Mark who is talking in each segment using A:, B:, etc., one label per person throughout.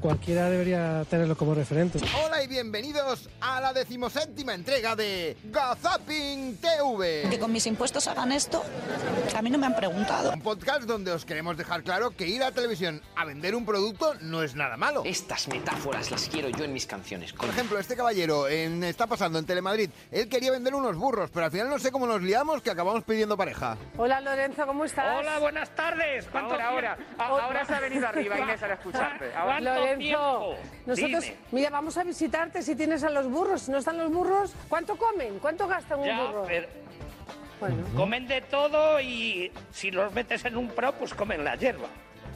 A: Cualquiera debería tenerlo como referente.
B: Hola y bienvenidos a la decimoséptima entrega de Gazapin TV.
C: que con mis impuestos hagan esto, a mí no me han preguntado.
B: Un podcast donde os queremos dejar claro que ir a televisión a vender un producto no es nada malo.
D: Estas metáforas las quiero yo en mis canciones.
B: Por
D: Con
B: ejemplo, este caballero en- está pasando en Telemadrid. Él quería vender unos burros, pero al final no sé cómo nos liamos que acabamos pidiendo pareja.
E: Hola Lorenzo, ¿cómo estás?
F: Hola, buenas tardes. ¿Cuánto
G: Ahora, ahora,
F: tiempo?
G: A- ahora se ha venido arriba Inés a escucharte. Ahora-
F: ¿Cuánto
E: Lorenzo,
F: tiempo?
E: nosotros,
F: Dime.
E: mira, vamos a visitarte si tienes a los burros. Si no están los burros, ¿cuánto comen? ¿Cuánto gastan un
F: Ya,
E: burro?
F: pero
E: Bueno,
F: comen de todo y si los metes en un pro, pues comen la hierba.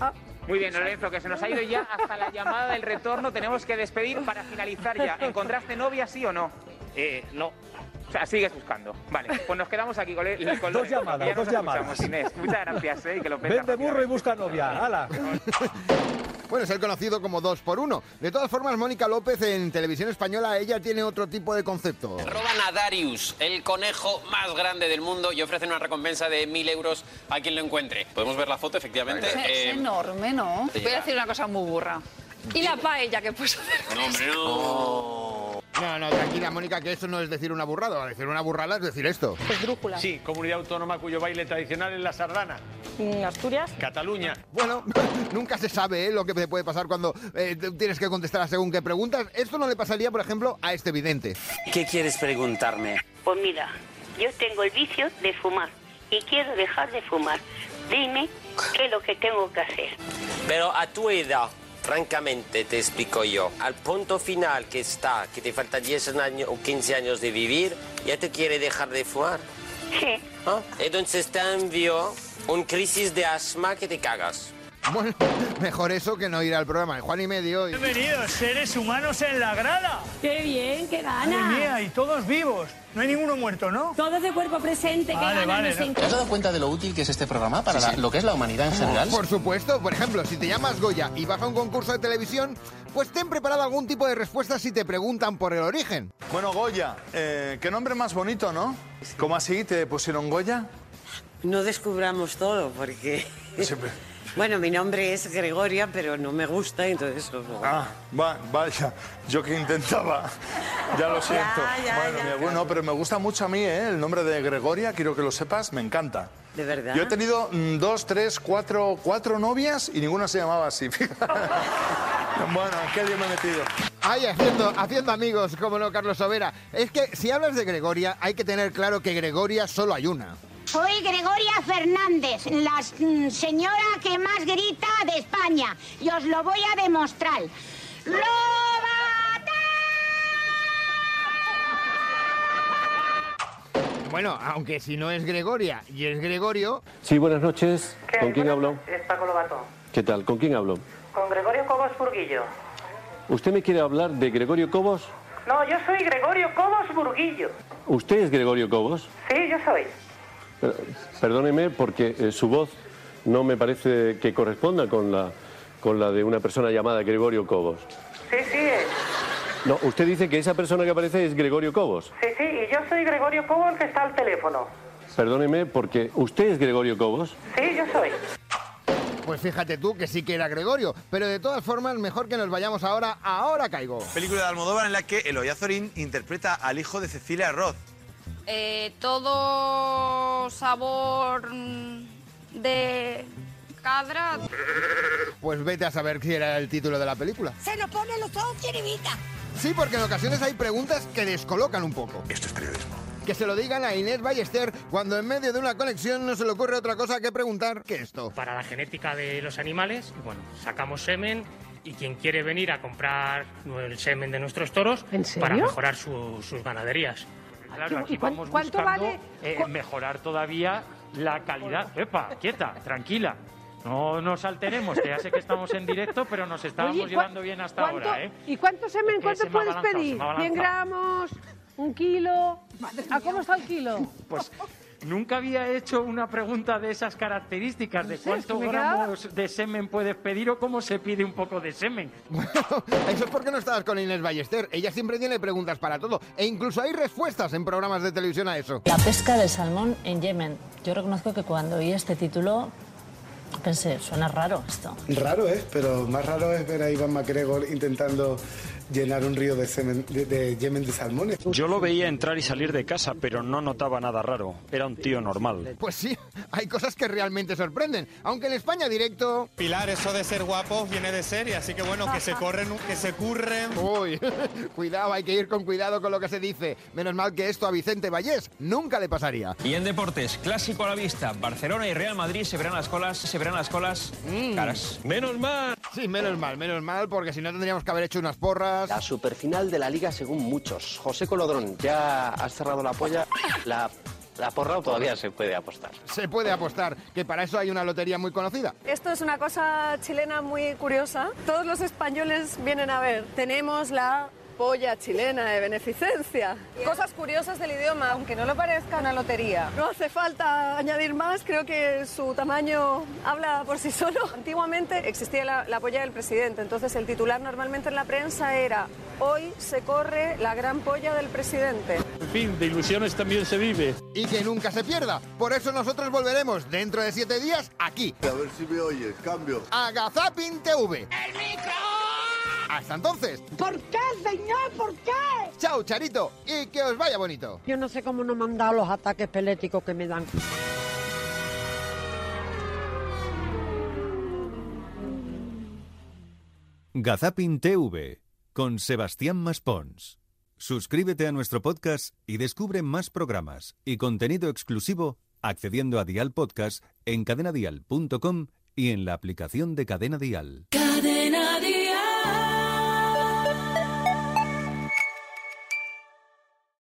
E: ah,
G: Muy bien, Lorenzo, que se nos ha ido ya hasta la llamada del retorno. Tenemos que despedir para finalizar ya. ¿Encontraste novia, sí o no?
F: Eh, no.
G: O sea, sigues buscando. Vale, pues nos quedamos aquí con, el, con Lorenzo,
H: llamadas,
G: que ya nos
H: dos llamadas.
G: escuchamos, Inés. Muchas gracias, ¿eh? y Que lo peta
H: Vende burro y
G: rápidamente.
H: busca novia. ¡Hala!
B: Bueno, es el conocido como dos por uno. De todas formas, Mónica López en televisión española, ella tiene otro tipo de concepto.
D: Roban a Darius, el conejo más grande del mundo, y ofrecen una recompensa de mil euros a quien lo encuentre. Podemos ver la foto, efectivamente. Eh,
I: enorme, ¿no?
D: te llega.
I: una cosa muy burra. Y la paella que puso.
D: No, hombre, no.
B: No, no, tranquila, Mónica, que eso no es decir una burrada. Decir una burrada es decir esto.
I: Pues drújula.
H: Sí, comunidad autónoma cuyo baile tradicional es la sardana.
I: Asturias.
H: Cataluña.
B: Bueno, nunca se sabe ¿eh? lo que te puede pasar cuando eh, te- tienes que contestar a según qué preguntas. Esto no le pasaría, por ejemplo, a este vidente.
D: ¿Qué quieres preguntarme?
J: Pues mira, yo tengo el vicio de fumar y quiero dejar de fumar. Dime qué es lo que tengo que hacer.
D: Pero a tu edad, francamente te explico yo, al punto final que está, que te falta 10 años o 15 años de vivir, ya te quiere dejar de fumar.
J: Sí,
D: ¿ah? Entonces te envió un crisis de asma que te cagas.
B: Bueno, mejor eso que no ir al programa de Juan y Medio. y-
F: Bienvenidos, seres humanos en la grada.
E: ¡Qué bien, qué gana!
F: y todos vivos. No hay ninguno muerto, ¿no?
E: Todo de cuerpo presente,
F: Vale, gana, vale, no sé no.
E: qué
G: ¿Te has dado cuenta de lo útil que es este programa para la- lo que es la humanidad en general?
B: Por supuesto, por ejemplo, si te llamas Goya y vas a un concurso de televisión, pues ten preparado algún tipo de respuesta si te preguntan por el origen.
H: Bueno, Goya, eh, qué nombre más bonito, ¿no? ¿Cómo así te pusieron Goya?
J: no descubramos todo porque... Bueno, mi nombre es Gregoria, pero no me gusta, entonces...
H: Ah, va, vaya, yo que intentaba. Ya lo siento.
J: ya,
H: bueno,
J: ya.
H: mira, bueno, pero me gusta mucho a mí, ¿eh? El nombre de Gregoria, quiero que lo sepas, me encanta.
J: ¿De verdad?
H: Yo he tenido mm, dos, tres, cuatro, cuatro novias y ninguna se llamaba así. bueno, ¿en qué lío me he metido?
B: Ay, haciendo, haciendo amigos, como no, Carlos Sobera. Es que si hablas de Gregoria, hay que tener claro que Gregoria solo hay una.
J: Soy Gregoria Fernández, la señora que más grita de España. Y os lo voy a demostrar.
B: Bueno, aunque si no es Gregoria y es Gregorio,
H: Sí, buenas noches. ¿Con quién hablo?
G: Es Paco Lobato.
H: ¿Qué tal? ¿Con quién hablo?
G: Con Gregorio Cobos Burguillo.
H: ¿Usted me quiere hablar de Gregorio Cobos?
G: No, yo soy Gregorio Cobos Burguillo.
H: ¿Usted es Gregorio Cobos?
G: Sí, yo soy.
H: Eh, Perdóneme porque eh, su voz no me parece que corresponda con la, con la de una persona llamada Gregorio Cobos.
G: Sí, sí,
H: No, usted dice que esa persona que aparece es Gregorio Cobos.
G: sí, sí. Y yo soy Gregorio Cobos que está al teléfono.
H: Perdóneme porque usted es Gregorio Cobos.
G: Sí, yo soy.
B: pues fíjate tú que sí que era Gregorio. Pero de todas formas, mejor que nos vayamos ahora. Ahora caigo.
H: Película de Almodóvar en la que Eloy Azorín interpreta al hijo de Cecilia Roth.
I: Eh, todo sabor mm, de cadra.
B: Pues vete a saber si era el título de la película.
C: Se nos ponen los ojos chiribita.
B: Sí, porque en ocasiones hay preguntas que descolocan un poco. Esto es periodismo. Que se lo digan a Inés Ballester cuando en medio de una conexión no se le ocurre otra cosa que preguntar que esto.
F: Para la genética de los animales, bueno, sacamos semen y quien quiere venir a comprar el semen de nuestros toros
E: ¿En serio? para mejorar
F: sus ganaderías. Claro,
E: Ah, ¿Y
F: aquí
E: cuán-
F: vamos
E: cuánto
F: buscando
E: vale?
F: eh,
E: ¿Cu-
F: mejorar todavía la calidad. Epa, quieta, tranquila. No nos alteremos, que ya sé que estamos en directo, pero nos estábamos
E: Oye, ¿cuá-
F: llevando bien hasta
E: cuánto-
F: ahora, ¿eh?
E: ¿Y cuánto semen?
F: Porque
E: ¿Cuánto
F: se me ha
E: puedes
F: abalanzado,
E: pedir?
F: se me ha
E: ¿100
F: abalanzado.
E: gramos? ¿Un kilo? ¿A cómo está el kilo?
F: Pues Nunca había hecho una pregunta de esas características, de cuántos
K: me quedaba-
F: gramos de semen puedes pedir o cómo se pide un poco de semen.
B: Eso es porque no estabas con Inés Ballester. Ella siempre tiene preguntas para todo. E incluso hay respuestas en programas de televisión a eso.
L: La pesca del salmón en Yemen. Yo reconozco que cuando oí este título pensé, suena raro esto.
M: Raro es, pero más raro es ver a Iván MacGregor intentando llenar un río de, semen, de, de yemen de salmones.
N: Yo lo veía entrar y salir de casa, pero no notaba nada raro. Era un tío normal.
B: Pues sí, hay cosas que realmente sorprenden. Aunque en España directo...
O: Pilar, eso de ser guapos viene de serie, así que bueno, que se corren, que se curren.
B: Uy, cuidado, hay que ir con cuidado con lo que se dice. Menos mal que esto a Vicente Vallés nunca le pasaría.
P: Y en deportes, clásico a la vista, Barcelona y Real Madrid se verán las colas, se verán las colas caras.
B: Menos mal. Sí, menos mal, menos mal, porque si no tendríamos que haber hecho unas porras.
D: La superfinal de la liga según muchos. José Colodrón, ya has cerrado la polla. La, la porra todavía se puede apostar.
B: Se puede apostar, que para eso hay una lotería muy conocida.
H: Esto es una cosa chilena muy curiosa. Todos los españoles vienen a ver. Tenemos la polla chilena de beneficencia.
K: Cosas curiosas del idioma, aunque no lo parezca una lotería.
H: No hace falta añadir más, creo que su tamaño habla por sí solo. Antiguamente existía la, la polla del presidente, entonces el titular normalmente en la prensa era Hoy se corre la gran polla del presidente.
B: En fin, de ilusiones también se vive. Y que nunca se pierda. Por eso nosotros volveremos dentro de siete días aquí. A ver si me oyes, cambio. Agazapin TV. ¡El micro! Hasta entonces. ¿Por qué, señor? ¿Por qué? Chao, Charito. Y que os vaya bonito.
Q: Yo no sé cómo no me han dado los ataques peléticos que me dan.
R: Gazapin TV con Sebastián Maspons. Suscríbete a nuestro podcast y descubre más programas y contenido exclusivo accediendo a Dial Podcast en cadenadial.com y en la aplicación de Cadena Dial.
S: Cadena Dial.